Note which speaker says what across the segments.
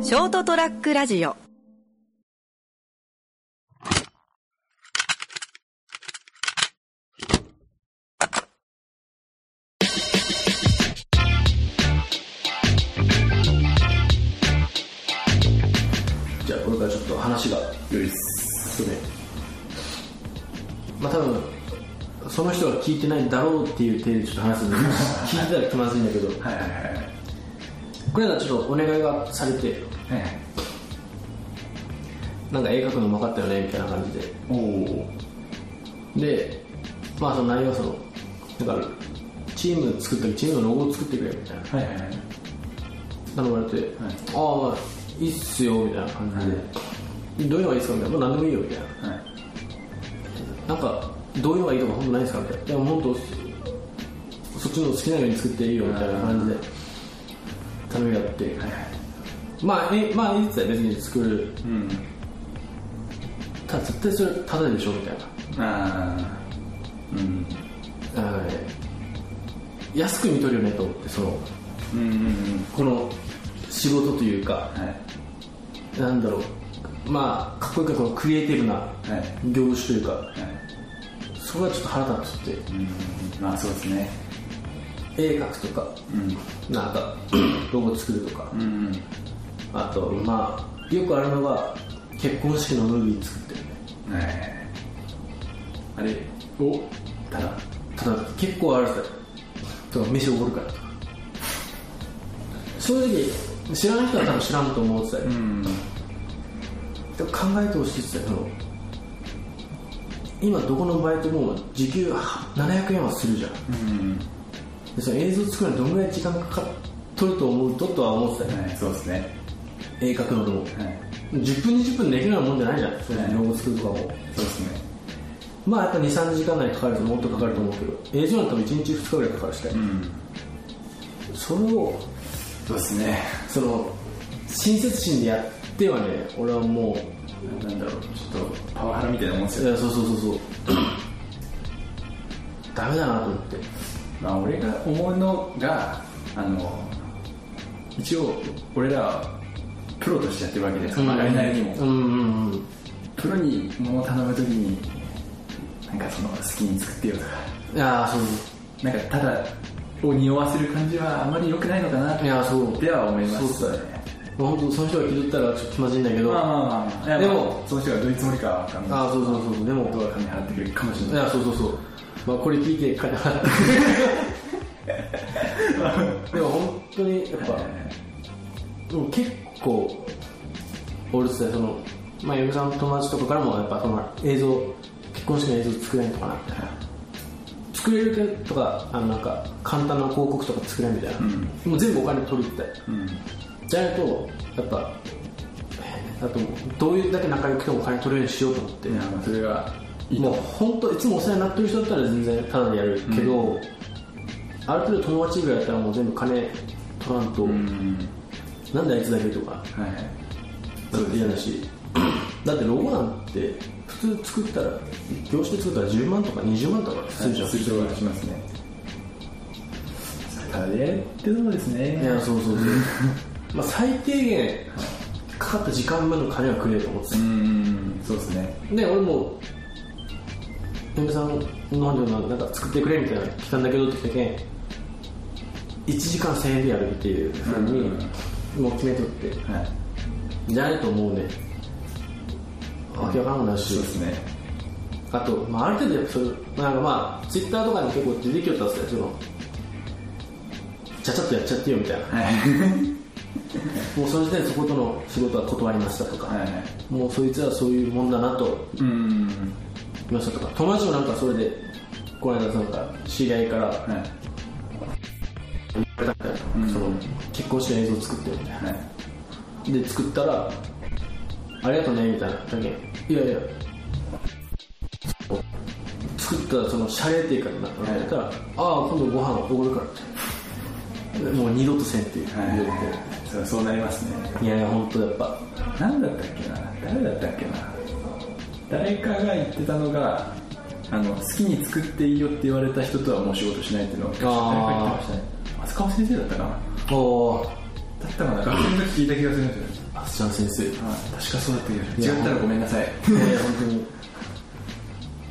Speaker 1: ショートトラックラジオ
Speaker 2: じゃあこれからちょっと話がより進めまあ多分その人は聞いてないだろうっていう手でちょっと話すんで聞いてたら気まずいんだけど
Speaker 3: はいはいはい
Speaker 2: これがちょっとお願いがされて
Speaker 3: はいはい
Speaker 2: なんか絵描くのも分かったよねみたいな感じ
Speaker 3: おお
Speaker 2: ででまあその内容はそのなんかチーム作ったりチームのロゴを作ってくれみたいな
Speaker 3: はいはいはい
Speaker 2: 頼まれて、ああまあいいっすよみたいな感じで、どういうのがいいですかみたいな、まあ、何でもいいよみたいな
Speaker 3: はい
Speaker 2: なんかどういうのがいいとか本当ないですかみたいな。いやもっとそっちの好きなように作っていいよみたいな感じで頼みがあって、
Speaker 3: はいはい
Speaker 2: まあえまあいつは別に作る
Speaker 3: うん
Speaker 2: ただ絶対それただでしょみたい
Speaker 3: ああうん
Speaker 2: な、あのね安く見とるよねと思ってその
Speaker 3: うんうんうん
Speaker 2: この仕事というか
Speaker 3: はい
Speaker 2: なんだろうまあかっこいいかこのクリエイティブな
Speaker 3: はい
Speaker 2: 業種というか
Speaker 3: はい
Speaker 2: そこがちょっと腹立つって
Speaker 3: うんまあそうですね
Speaker 2: 絵描くとか
Speaker 3: うん
Speaker 2: なんか ロゴ作るとか、
Speaker 3: うん
Speaker 2: あとまあよくあるのが結婚式のムービー作ってるね
Speaker 3: うんはいあれ
Speaker 2: おただただ結構あるさとか飯おごるからとか正直知らない人は多分知らんと思ってたよ、
Speaker 3: うん
Speaker 2: でも考えてほしいって言ってたよ今どこのバイトも時給は700円はするじゃん
Speaker 3: うん
Speaker 2: でその映像作るのにどんぐらい時間かかっとると思うととは思ってたよ
Speaker 3: はいそうですね
Speaker 2: 絵描くのでも
Speaker 3: はい
Speaker 2: 10分20分できるようなもんじゃないじゃんその用語作るとかも
Speaker 3: そうですね
Speaker 2: まあやっぱ23時間内かかるともっとかかると思うけど映像なんて多分1日2日ぐらいかかるして、
Speaker 3: うん
Speaker 2: それを
Speaker 3: そうですね
Speaker 2: その親切心でやってはね俺はもう
Speaker 3: なんだろうちょっとパワハラみたいなもんです
Speaker 2: い
Speaker 3: よ
Speaker 2: やそうそうそうそう ダメだなと思って
Speaker 3: まあ俺が思うのがあの一応俺らはプロとしてやってるわけですから我々なりにも
Speaker 2: うんうんうん
Speaker 3: プロに物を頼むときになんかその好きに作ってよとか
Speaker 2: いやそう
Speaker 3: なんかただを匂わせる感じはあまり良くないのかなっ
Speaker 2: いやそう
Speaker 3: ては思いま
Speaker 2: そうっ
Speaker 3: す
Speaker 2: す本当その人が気取ったらちょっと気まずいんだけど
Speaker 3: まあ
Speaker 2: あ
Speaker 3: まあまあいや
Speaker 2: で
Speaker 3: で
Speaker 2: も
Speaker 3: もその人がどういうつもりかわかんない
Speaker 2: あそうそうそうでも
Speaker 3: ことは金払ってくれるかもしれ
Speaker 2: い
Speaker 3: ない
Speaker 2: やそうそうそうまあこれ聞いて金払って でも本当にやっぱでも結構俺ですねそのまあ嫁さんの友達とかからもやっぱその映像結婚式の映像作れんとかなみたいな作れるけどとかあのなんか簡単な広告とか作れんみたいな、もう全部お金取りって
Speaker 3: うん
Speaker 2: じゃないとやっぱあともうどういうだけ仲良くてもお金取れるようにしようと思って、
Speaker 3: いやまあそれがいい
Speaker 2: もう本当いつもお世話になってる人だったら全然ただでやるけど、ある程度友達ぐらいだったらもう全部金取らんと、
Speaker 3: うん
Speaker 2: なんであいつだけとか
Speaker 3: はい
Speaker 2: だって嫌だしだってロゴなんて普通作ったら業種で作ったら10万とか20万とかするじゃん、
Speaker 3: する人がしますねただでやるってとこです
Speaker 2: い、
Speaker 3: ね
Speaker 2: やそうそうそうまあ最低限かかった時間分の金はくれよと思って
Speaker 3: うんうんそうですね
Speaker 2: た、で俺も嫁さんのでなんか作ってくれみたいなの来たんだけどって来たけん1時間1000円でやるっていうふうにもう決めとって
Speaker 3: はい
Speaker 2: じゃないと思うねわけわからんないし
Speaker 3: そうですね
Speaker 2: あと、まあ、ある程度やっぱそれなんかまあツイッターとかに結構出てきよったんですよそのちゃちゃっとやっちゃってよみたいな
Speaker 3: はい
Speaker 2: もうその時点でそことの仕事は断りましたとか、
Speaker 3: はい
Speaker 2: もうそいつはそういうもんだなと
Speaker 3: うん
Speaker 2: 言いましたとか友達もなんかそれでこの間なんか知り合いから
Speaker 3: はい
Speaker 2: 言われたみたいな、その結婚して映像作ってよみたいな
Speaker 3: はい
Speaker 2: で作ったら「ありがとうね」みたいなだけいやいや作ったその謝礼っていうかなんか言ったら「ああ今度ご飯おごるから」ってでもう二度とせんっていう、
Speaker 3: はいそうそうなりますね
Speaker 2: いやいや本当やっぱ
Speaker 3: 何だったっけな誰だったっけな誰かが言ってたのがあの好きに作っていいよって言われた人とはもう仕事しないっていうのを誰か言ってましたね松川先生だったか
Speaker 2: お
Speaker 3: な
Speaker 2: お
Speaker 3: だったかな学生の時聞いた気がするんですよね
Speaker 2: あっちゃん 先生い
Speaker 3: はい確かそうだったけ
Speaker 2: いや
Speaker 3: ど違ったらごめんなさい
Speaker 2: やいや本当に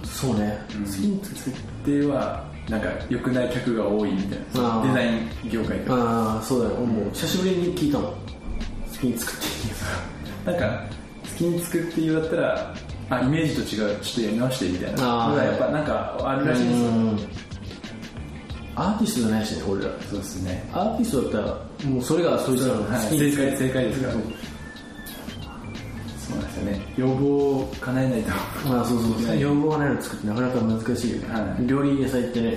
Speaker 2: そうね、
Speaker 3: スキンと設定はなんか良くない客が多いみたい
Speaker 2: あ
Speaker 3: な
Speaker 2: ー
Speaker 3: デザイン業界で
Speaker 2: ああそうだよもう久しぶりに聞いたもん好きに作っ ていいよ
Speaker 3: なんかスキンつくって言われたらあイメージと違うちょっとやり直してみたいな
Speaker 2: あー
Speaker 3: のがやっぱなんかあるらしいんですよ
Speaker 2: うんアーティストじゃないしね俺ら
Speaker 3: そうですね
Speaker 2: アーティストだったらもうそれがそいつらの
Speaker 3: はい
Speaker 2: 好きに
Speaker 3: 正解正解ですからそうなんですよね要望を叶えないと
Speaker 2: ああそうそうそう要望がないの作ってなかなか難しいよね、
Speaker 3: はい
Speaker 2: 料理屋さん行ってね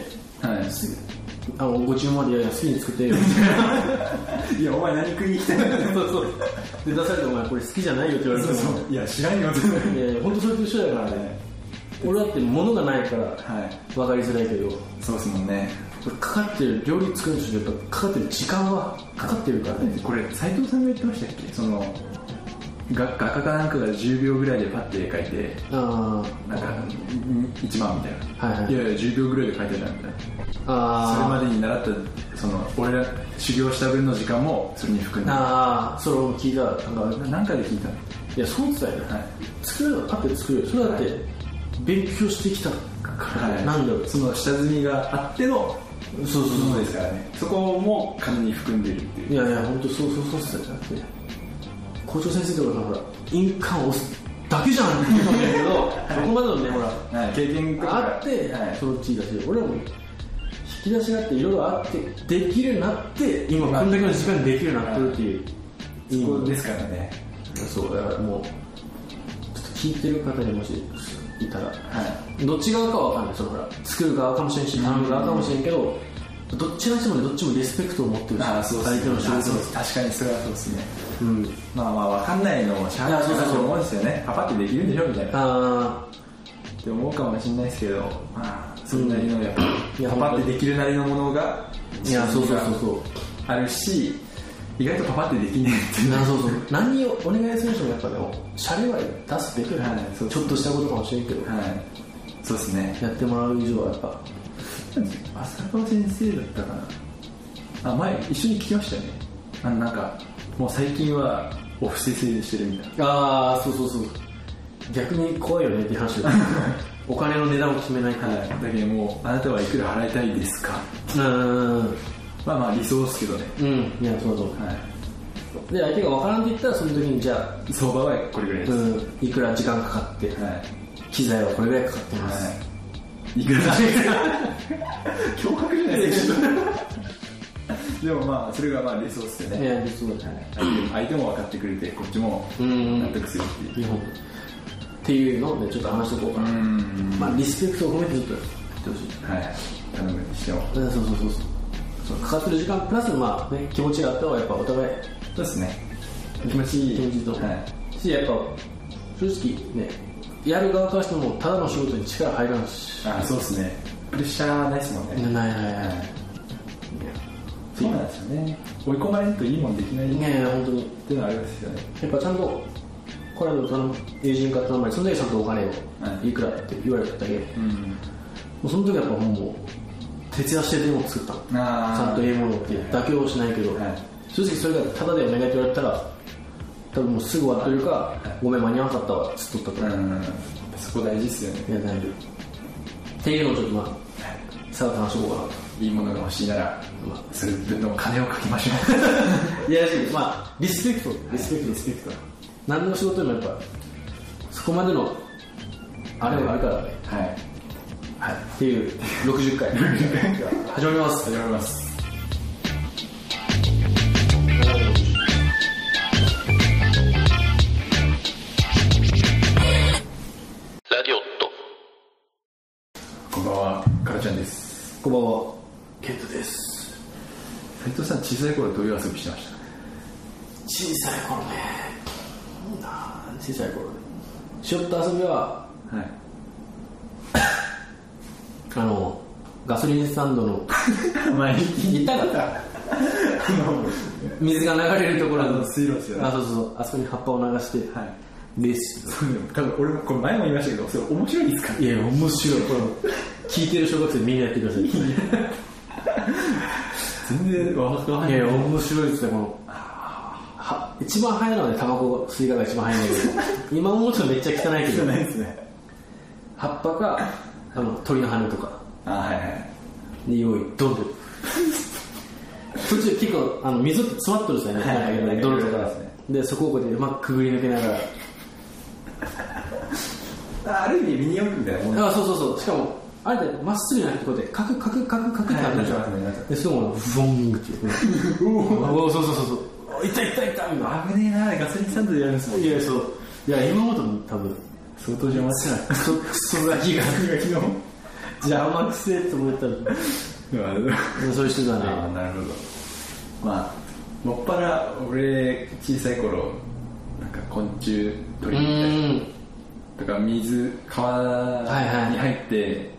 Speaker 3: はい
Speaker 2: あのご注文までいやいや好きに作ってよ
Speaker 3: いやお前何食いに来たんだ
Speaker 2: そうそうで出されてお前これ好きじゃないよって言われても
Speaker 3: いや知らんよって
Speaker 2: いやいや本当それと一緒だからね俺だって物がないから
Speaker 3: はい
Speaker 2: 分かりづらいけど
Speaker 3: そうですもんね
Speaker 2: これかかってる料理作る人やっぱかかってる時間はかかってるからね
Speaker 3: これ斉藤さんが言ってましたっけそのが画家かなんかが10秒ぐらいでパッて絵描いて
Speaker 2: あ
Speaker 3: なんか1万みたいな、
Speaker 2: はいはい
Speaker 3: やいや10秒ぐらいで描いてたみたいな
Speaker 2: あああ
Speaker 3: それまでに習ったその俺ら修行した分の時間もそれに含んで
Speaker 2: ああそれを聞いたなんか
Speaker 3: なんかで聞いたの
Speaker 2: いやそうってたよね、
Speaker 3: はい
Speaker 2: 作れるのはパッて作るよそれだって、
Speaker 3: は
Speaker 2: 勉強してきたから、なんだろう
Speaker 3: その下積みがあっての
Speaker 2: そうそう
Speaker 3: も
Speaker 2: そ
Speaker 3: の
Speaker 2: う
Speaker 3: ですからねそこも金に含んでるっていう
Speaker 2: いやいや本当そうそうそうっすよだって校長先生とかがほら印鑑を押すだけじゃんって言うんだけ どそこまでのねほら
Speaker 3: はい、経験とかが
Speaker 2: あって、
Speaker 3: はい
Speaker 2: その地位だし俺らも引き出しがあっていろいろあってできるようになって今こんだけの時間でできるようになってるっていう、いい
Speaker 3: そ
Speaker 2: も
Speaker 3: こ
Speaker 2: ん
Speaker 3: ですからね
Speaker 2: そうだからもうちょっと聞いてる方にもしいたら
Speaker 3: は
Speaker 2: どっち側かは分かんないそのほら作る側かもしれんし頼む側かもしれんけどどっちの人もねどっちもリスペクトを持ってる
Speaker 3: い
Speaker 2: し
Speaker 3: ああそうですね
Speaker 2: 相手の仕
Speaker 3: あ
Speaker 2: 事
Speaker 3: あそう
Speaker 2: に
Speaker 3: です確かにそれはそうですね
Speaker 2: うん
Speaker 3: まあまあわかんないのもしゃあない
Speaker 2: いやそうそうそう
Speaker 3: なと思うんですよねパパってできるんでしょみたいなっ
Speaker 2: ああ
Speaker 3: て思うかもしれないですけどまあそれなりのやっぱ、
Speaker 2: いや
Speaker 3: パパってできるなりのものが
Speaker 2: いやそうそうそうそう
Speaker 3: あるし意外とパパってできねえっていう
Speaker 2: なそうそう何をお願いする人もやっぱでもシャレは出すべきだよね
Speaker 3: はい
Speaker 2: ちょ
Speaker 3: そう
Speaker 2: っとしたことかもしれんけど
Speaker 3: はいそうですね
Speaker 2: やってもらう以上はやっぱ
Speaker 3: 浅川先生だったかなあ前一緒に聞きましたよねあのなんかもう最近はお布施制にしてるみたいな
Speaker 2: ああそうそうそう逆に怖いよねっていう話 だよお金の値段を決めないから、
Speaker 3: はいだけどもうあなたはいくら払いたいですか
Speaker 2: うんうんうん
Speaker 3: まあまあ理想ですけどね
Speaker 2: うんいやそうそう
Speaker 3: はい
Speaker 2: で相手が分からんって言ったらその時にじゃあ
Speaker 3: 相場はこれぐらいです、
Speaker 2: うん、いくら時間かかって、
Speaker 3: はい
Speaker 2: 機材はこれぐらいかかってます、
Speaker 3: はいいくらですか脅迫じゃないですかでもまあそれがまあ理想ですよ
Speaker 2: い、
Speaker 3: ね
Speaker 2: やそうだね
Speaker 3: 相手も相手も分かってくれてこっちも
Speaker 2: うん
Speaker 3: 納得するってい
Speaker 2: 日
Speaker 3: う
Speaker 2: 本っていうのをねちょっと話しとこうかな、
Speaker 3: ん
Speaker 2: まあリスペクトを込めてちょっとやってほしい
Speaker 3: はい頼むにしても
Speaker 2: うんそうそうそうそうそのかかってる時間プラスまあね気持ちがあった方がやっぱお互い
Speaker 3: そうですね気持ちいい
Speaker 2: 気持ちいいと思う、
Speaker 3: はい
Speaker 2: しやっぱ正直ねやる側からしてもただの仕事に力入らんし
Speaker 3: あそうですねプレッシャーないですもんね
Speaker 2: ないないない
Speaker 3: は
Speaker 2: ない
Speaker 3: いそうなんですよね追い込まれるといいもんできないっ
Speaker 2: ねえ本当に
Speaker 3: ていうのはありますよね
Speaker 2: やっぱちゃんとこれの頼む友人から頼まれてその時はちゃんとお金を
Speaker 3: はい
Speaker 2: いくらって言われただけ、
Speaker 3: うん
Speaker 2: もうその時はやっぱもう徹夜してでも作ったのち
Speaker 3: あー
Speaker 2: ゃんとええものっていう妥協をしないけど、
Speaker 3: はい
Speaker 2: 正直それがタダでお願いって言われたら多分もうすぐ終わってるか、ごめん間に合わなかったわつっとったと、
Speaker 3: うんそこ大事ですよね
Speaker 2: いやだいぶっていうのをちょっとまあさあ話しとこうか
Speaker 3: いいものが欲しいなら
Speaker 2: まあ
Speaker 3: それ分の金をかけまし ょ
Speaker 2: ないやらしいまあリスペクト
Speaker 3: う
Speaker 2: リスペクト
Speaker 3: リスペクト
Speaker 2: 何の仕事でもやっぱそこまでのあれはあるからね、
Speaker 3: はい
Speaker 2: はい、っていう60回じゃあ始まります
Speaker 3: ありがとうございます
Speaker 1: ラディオット。
Speaker 3: こんばんはカラちゃんです
Speaker 2: こんばんはケントです
Speaker 3: 斉藤さん小さい頃どういう遊びしてました
Speaker 2: 小さい頃ねあー小さい頃ねしよった遊びは
Speaker 3: はい
Speaker 2: あのガソリンスタンドの
Speaker 3: 前
Speaker 2: 行
Speaker 3: に
Speaker 2: ったか 水が流れるところ
Speaker 3: あの水路ですよね
Speaker 2: あそうそうそうあそこに葉っぱを流して、
Speaker 3: はい
Speaker 2: レース
Speaker 3: そうね多分俺もこれ前も言いましたけどそれ面白いですか
Speaker 2: いや面白いこれ聞いてる小学生みんなやってくださいい
Speaker 3: 全然わかん
Speaker 2: やいや面白いですねこの
Speaker 3: あ
Speaker 2: 一番早いのはね、タバコ吸い方が一番早いんだけ ど、今思うとめっちゃ汚いけど、
Speaker 3: ないですね。
Speaker 2: 葉っぱが、あの、鳥の羽とか、
Speaker 3: あ、はいはい。
Speaker 2: 匂い、ドロ。途中結構、あの、溝って詰まってるんですよね、
Speaker 3: は
Speaker 2: な
Speaker 3: い
Speaker 2: んか
Speaker 3: はい
Speaker 2: 泥と
Speaker 3: そう
Speaker 2: か
Speaker 3: ですね。
Speaker 2: で、そこをこうやってうまくくぐり抜けながら、
Speaker 3: あある意味ミニ四駆みたいなもん
Speaker 2: あそうそうそうしかもあれでまっすぐじゃなくてこうやってカクカクカクカクってなってるじゃ
Speaker 3: はいなってます
Speaker 2: ん
Speaker 3: ね
Speaker 2: でそこもブングっていうおおそうそうそうそういたいたいたみたい
Speaker 3: 危ねえなガソリンスタンドでやるんですもん
Speaker 2: ない やそういや今もと多分
Speaker 3: 相当邪魔してない
Speaker 2: クソクソガキが
Speaker 3: 昨日
Speaker 2: 邪魔くせえと思ったらうんそういう人だ
Speaker 3: ああ
Speaker 2: ね
Speaker 3: なるほどまあもっぱら俺小さい頃なんか昆虫
Speaker 2: う
Speaker 3: 取りに行ったり
Speaker 2: ーん
Speaker 3: とか水川に
Speaker 2: はいは
Speaker 3: 入って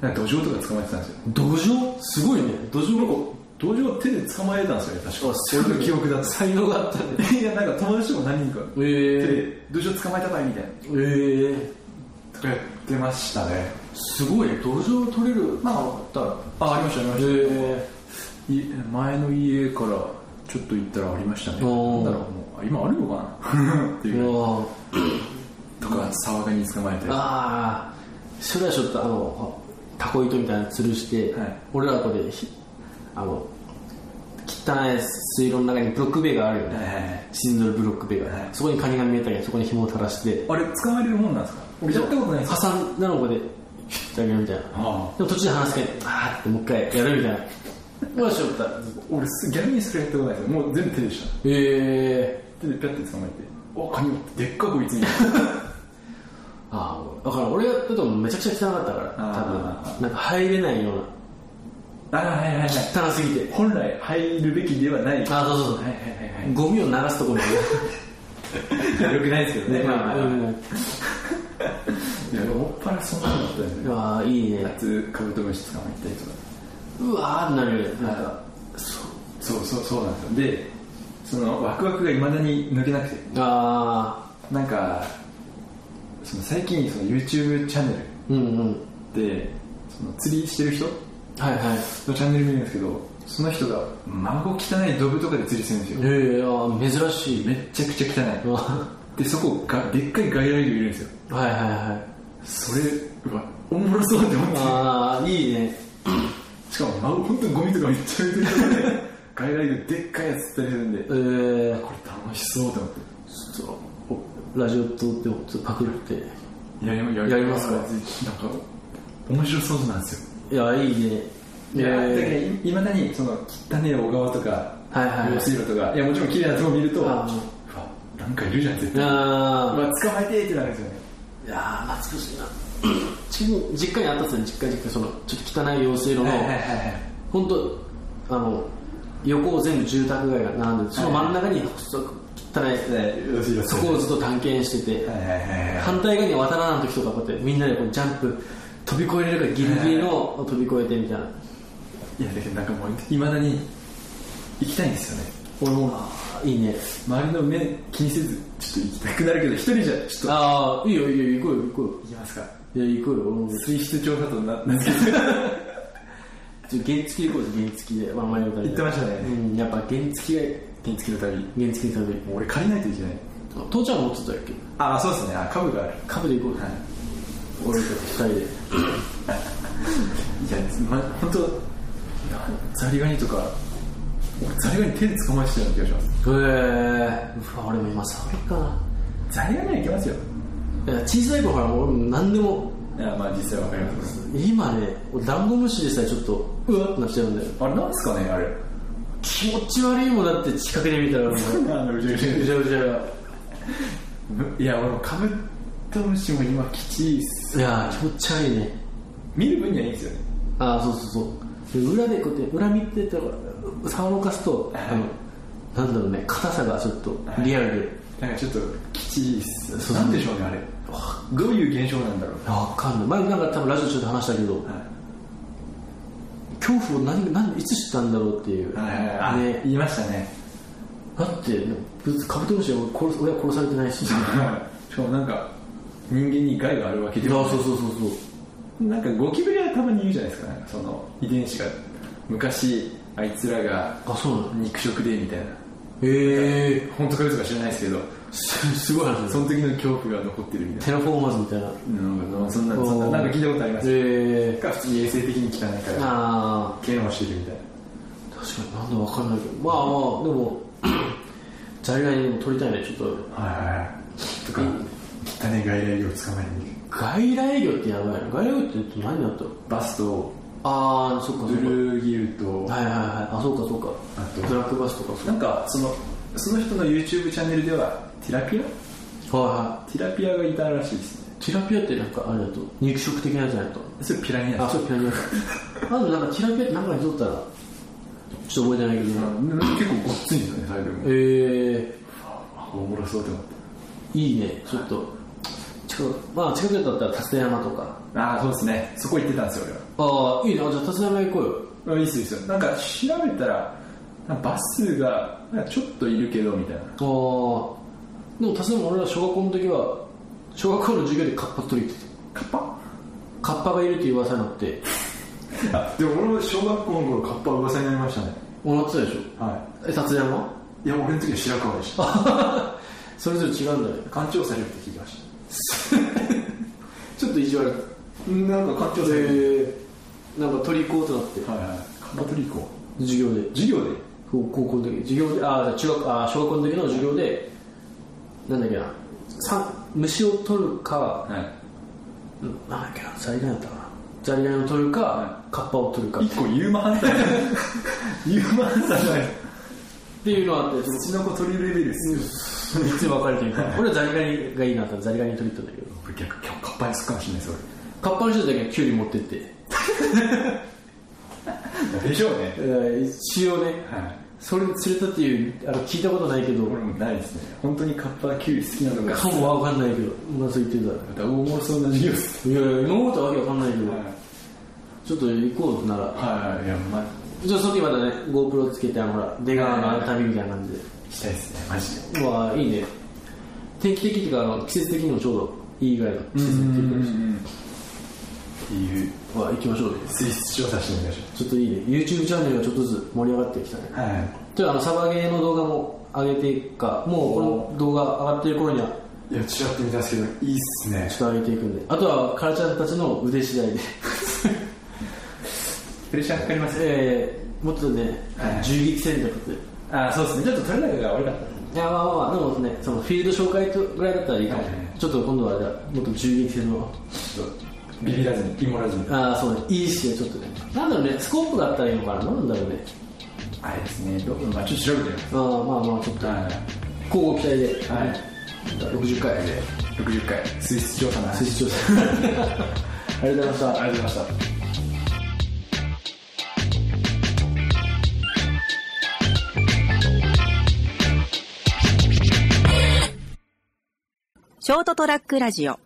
Speaker 3: なんか土壌とか捕まえてたんですよ
Speaker 2: 土壌すごいね土
Speaker 3: なんか
Speaker 2: 壌
Speaker 3: 土壌を手で捕まえれたんですよね確
Speaker 2: あ
Speaker 3: か
Speaker 2: すごい
Speaker 3: 俺の記憶だっ
Speaker 2: 才能があったね
Speaker 3: た いやなんか友達とも何人か
Speaker 2: え
Speaker 3: 手
Speaker 2: ー、
Speaker 3: で土壌捕まえたばいみたいな
Speaker 2: えー、
Speaker 3: とかやってましたね
Speaker 2: すごいね土壌取れる
Speaker 3: まあ
Speaker 2: だから
Speaker 3: あありましたありま
Speaker 2: え
Speaker 3: した、
Speaker 2: ー、
Speaker 3: い前の家からちょっと行ったらありましたね
Speaker 2: お
Speaker 3: な
Speaker 2: ー
Speaker 3: んだろうもうあ今あるのかな っていう
Speaker 2: うわー
Speaker 3: とか騒がに捕まえては
Speaker 2: ああそれはちょっとあのタコ糸みたいなの吊るして、
Speaker 3: はい
Speaker 2: 俺らこれひあの汚い水路の中にブロック塀があるよ
Speaker 3: い
Speaker 2: ね、
Speaker 3: はいはい
Speaker 2: シンドルブロック塀が、
Speaker 3: はい
Speaker 2: そこにカニが見えたりそこに紐を垂らして
Speaker 3: あれ捕まえれるもんなんですか俺やったことないです
Speaker 2: 挟んだのをこうやってヒュッてあげるみたいな
Speaker 3: ああ
Speaker 2: でも途中で話すけどあーってもう一回やるみたいなよしよった
Speaker 3: 俺す逆にそれやったことないですよもう全部手でした
Speaker 2: ええ
Speaker 3: 手でピャッて捕まえておカニ持ってでっかこいつに
Speaker 2: ー、ああだから俺がやったとめちゃくちゃ汚かったから
Speaker 3: あー
Speaker 2: 多分なんか入れないよう
Speaker 3: あはいはいはいはい
Speaker 2: な汚すぎて
Speaker 3: 本来入るべきではないはい
Speaker 2: ああそうそうそう、
Speaker 3: はいはい
Speaker 2: ゴミを流すところに
Speaker 3: はいよくないです けどねまあまあ
Speaker 2: うん
Speaker 3: いやもっぱらそんなのだったよね
Speaker 2: ああいいね
Speaker 3: 夏カブトムシ捕まえたりとか
Speaker 2: うわーってなるよねなんか
Speaker 3: そうそうそうなんですよでそのワクワクがいまだに抜けなくて
Speaker 2: あ
Speaker 3: なんかその最近その YouTube チャンネ
Speaker 2: ーうんうん
Speaker 3: ルでその釣りしてる人の
Speaker 2: はいはい
Speaker 3: チャンネル見るんですけどその人が孫汚いドブとかで釣りするんですよ
Speaker 2: ええあー珍し い
Speaker 3: めっちゃくちゃ
Speaker 2: う
Speaker 3: 汚
Speaker 2: わ
Speaker 3: いでそこがでっかい外来魚いるんですよ
Speaker 2: はいはいはい
Speaker 3: それうわおもろそうって思って
Speaker 2: ああいいね
Speaker 3: しかも孫本当にゴミとかめっちゃ浮いてるとこで外来魚でっかいやつ釣ったりするんで
Speaker 2: えー、
Speaker 3: これ楽しそうって思って
Speaker 2: ちょっとおラジオ撮ってちょっとパクって
Speaker 3: やりまや
Speaker 2: やりますか
Speaker 3: なんか面白そうなんですよ
Speaker 2: いやいいね
Speaker 3: いや、だから
Speaker 2: え
Speaker 3: いまだにその汚ねえ小川とか
Speaker 2: はいはいはい
Speaker 3: 用水路とかいやもちろん綺麗なとこ見るとう
Speaker 2: あ
Speaker 3: わ
Speaker 2: あ
Speaker 3: なんかいるじゃん絶
Speaker 2: ー、
Speaker 3: 対うわ
Speaker 2: あー
Speaker 3: 捕まえてーってなるんですよね
Speaker 2: いやー懐かしいなち実家にあったっすね実家実家そのちょっと汚い用水路の、本当あの横を全部住宅街が並んでてその真ん中に細く汚い
Speaker 3: い用水路
Speaker 2: そこをずっと探検してて、
Speaker 3: はいはいはいはい
Speaker 2: 反対側に渡らない時とかこうやってみんなでこうジャンプ飛び越えれるかギリギリのを飛び越えてみたいな、
Speaker 3: いやだけどなんかもういまだに行きたいんですよね俺も
Speaker 2: あいいね
Speaker 3: 周りの目気にせずちょっと行きたくなるけど一人じゃちょっと
Speaker 2: ああいいよいいよ行こうよ行こ
Speaker 3: 行きますか
Speaker 2: うよいや行こうよ俺も
Speaker 3: 水質調査とな名付けて
Speaker 2: ちょ原付で行こうぜ原付で、まあ、前の旅で
Speaker 3: 行ってましたね
Speaker 2: うんやっぱ原付が
Speaker 3: 原付の旅も
Speaker 2: 原付の旅
Speaker 3: う俺借りないといけない
Speaker 2: 父ちゃん持ってたっけ
Speaker 3: ああそうですねあ株がある
Speaker 2: カブで行こうぜ、
Speaker 3: はい
Speaker 2: 俺と二人で
Speaker 3: いや、ま、本当ザリガニとか俺ザリガニ手で捕まえてたような気がします
Speaker 2: へえうわ俺も今触るかな
Speaker 3: ザリガニはいけますよ
Speaker 2: いや小さい頃から俺も何でも
Speaker 3: いやまあ実際わかります
Speaker 2: 今ね俺ダンゴムシでさえちょっとうわってなっちゃうんだよ
Speaker 3: あれなんですかねあれ
Speaker 2: 気持ち悪いもんだって近くで見たらもう
Speaker 3: あのうじゃうじ
Speaker 2: ぐちゃぐちゃ
Speaker 3: ゃいや俺もカブトムシも今きちいっす
Speaker 2: いやー気持ち悪いね
Speaker 3: 見る分にはいいんですよね
Speaker 2: ああそうそうそうで裏でこうやって裏見てたから触をかすとあのなんだろうね硬さがちょっとリアルで
Speaker 3: なんかちょっときちいっす
Speaker 2: そう
Speaker 3: なんでしょうねあれどういう現象なんだろう
Speaker 2: わかんない前なんか多分ラジオちょっと話したけど恐怖を何何いつ知ったんだろうっていう
Speaker 3: あ
Speaker 2: ね
Speaker 3: 言いました ね
Speaker 2: だって別にカブトムシは俺殺す俺は殺されてない しあ
Speaker 3: しかもなんか人間に害があるわけでも
Speaker 2: そうそうそうそう
Speaker 3: なんかゴキブリはたまに言うじゃないですかなんかその遺伝子が昔あいつらが
Speaker 2: あそうなの
Speaker 3: 肉食でみたいな
Speaker 2: えへえ
Speaker 3: 本当か嘘か知らないですけど
Speaker 2: すすごい話です
Speaker 3: その時の恐怖が残ってるみたい
Speaker 2: テラフォーマーズみたいな
Speaker 3: ななんかそんなそんななんか聞いたことあります
Speaker 2: え
Speaker 3: が普通に衛生的に汚いか
Speaker 2: ー、
Speaker 3: ら
Speaker 2: あ
Speaker 3: 嫌悪してるみたい
Speaker 2: ー
Speaker 3: な
Speaker 2: 確かになんだわかんないけどまあまあでも ザリガニでも取りたいねちょっと
Speaker 3: はいはいはいとか汚い外来魚を捕まえに
Speaker 2: 外来魚ってやばいな外来魚って何だったの
Speaker 3: バスと
Speaker 2: ああそっかそ
Speaker 3: ブ
Speaker 2: っ
Speaker 3: ルーギルと
Speaker 2: かはいはいはいあそうかそうか
Speaker 3: あと
Speaker 2: ブラックバスとかそ
Speaker 3: なんかそのその人の YouTube チャンネルではティラピア
Speaker 2: うはいは
Speaker 3: ティラピアがいたらしいですね
Speaker 2: いティラピアってなんかあれだと肉食的なやつだと
Speaker 3: それピラニア
Speaker 2: あ
Speaker 3: です
Speaker 2: そうピラニア あとなんかティラピアってなんかにとったらちょっと覚えてないけど
Speaker 3: う
Speaker 2: なん
Speaker 3: 結構ごっついんですよねタイトルも
Speaker 2: ええー、
Speaker 3: あおもろそうと思って
Speaker 2: いいね、ちょっと。近く、まあ近くだったら立山とか。
Speaker 3: ああそうですねそこ行ってたんですよ俺は
Speaker 2: ああ、いいな、じゃあ立山行こうよ。
Speaker 3: あいいっすよいいっすよなんか調べたらなんかバスがなんかちょっといるけどみたいな
Speaker 2: ああ、でも立山俺ら小学校の時は、小学校の授業でカッパ取り行ってた。
Speaker 3: カッパ
Speaker 2: カッパがいるっていう噂になって、
Speaker 3: あでも俺も小学校の頃カッパ噂になりましたね
Speaker 2: もらってたでしょ。
Speaker 3: は
Speaker 2: え、立山
Speaker 3: いいや俺の時は白川でした
Speaker 2: それぞれ違うんだね。
Speaker 3: 勘違いされるって聞きまし
Speaker 2: ちょっと意地悪。
Speaker 3: たなんか勘違いされる、
Speaker 2: えー、なんか取り行こうとなって、
Speaker 3: はいはいカッパ取り行こ
Speaker 2: 授業で。
Speaker 3: う授業で
Speaker 2: 高高校の時、授業で、ああ、中学、ああ、小学校の時の授業で、なんだっけな、さ虫を取るか、
Speaker 3: は
Speaker 2: うんなんだっけなザリガニだったかなザリガニを取るか、
Speaker 3: は
Speaker 2: カッパを取るかっ
Speaker 3: 一個ユーマ反対ユーマ反対じゃない
Speaker 2: ていうのがあって
Speaker 3: うちの子取りレベルっすよ、
Speaker 2: 3つ分かれてるから俺はザリガニがいいなと思ってザリガニ取りに行ったんだけど
Speaker 3: これ逆今日カッパにすっかもしれないです
Speaker 2: カッパの人だけはキュウリ持ってって、
Speaker 3: 俺でしょうね
Speaker 2: えー一応ね
Speaker 3: はい
Speaker 2: それに釣れたっていうあの聞いたことないけど
Speaker 3: 俺もないですね本当にカッパキュウリ好きなのが
Speaker 2: かもわかんないけどまあそう言って
Speaker 3: また大物そうな授業です
Speaker 2: たいやいや今思ったわけわかんないけど、
Speaker 3: はい
Speaker 2: ちょっと行こうなら
Speaker 3: はいはいいやまあ
Speaker 2: ちょっとその時またね GoPro つけてあのほら出川のある旅みたいな感じで
Speaker 3: したいですねマジで
Speaker 2: うわあいいね定期的っていうかあの季節的にもちょうどいいぐらいの季節っていうか
Speaker 3: っていう
Speaker 2: は行きましょうね
Speaker 3: 水質調査してみましょ
Speaker 2: ちょっといいね YouTube チャンネルがちょっとずつ盛り上がってきたね
Speaker 3: うは
Speaker 2: ちょっとあのサバゲーの動画も上げていくかもうこの動画上がってる頃にはい
Speaker 3: いやちらっと見たんですけどいいっすね
Speaker 2: ちょっと上げていくんであとはカラちゃんたちの腕次 第で
Speaker 3: プレッシャーかかります
Speaker 2: えー、もっとね
Speaker 3: はい
Speaker 2: 銃撃戦略って
Speaker 3: あそうですねちょっと取れないのが悪かっ
Speaker 2: いやまあまあまあでもねそのフィールド紹介とぐらいだったらいいかも、
Speaker 3: はいはい
Speaker 2: ちょっと今度はあれだもっと銃撃戦の
Speaker 3: たちょっとビビらずにイモらずに
Speaker 2: ああそうねいい視野ちょっとねなんだろうねスコープがあったらいいのかななんだろうね
Speaker 3: あれですねどうまあちょっと調べてみます
Speaker 2: ああまあまあちょっと
Speaker 3: はい
Speaker 2: 交互期待で、
Speaker 3: はい
Speaker 2: 60回で
Speaker 3: 60回水質調査の 話
Speaker 2: 推奨 ありがとうございました
Speaker 3: ありがとうございました
Speaker 4: ショートトラックラジオ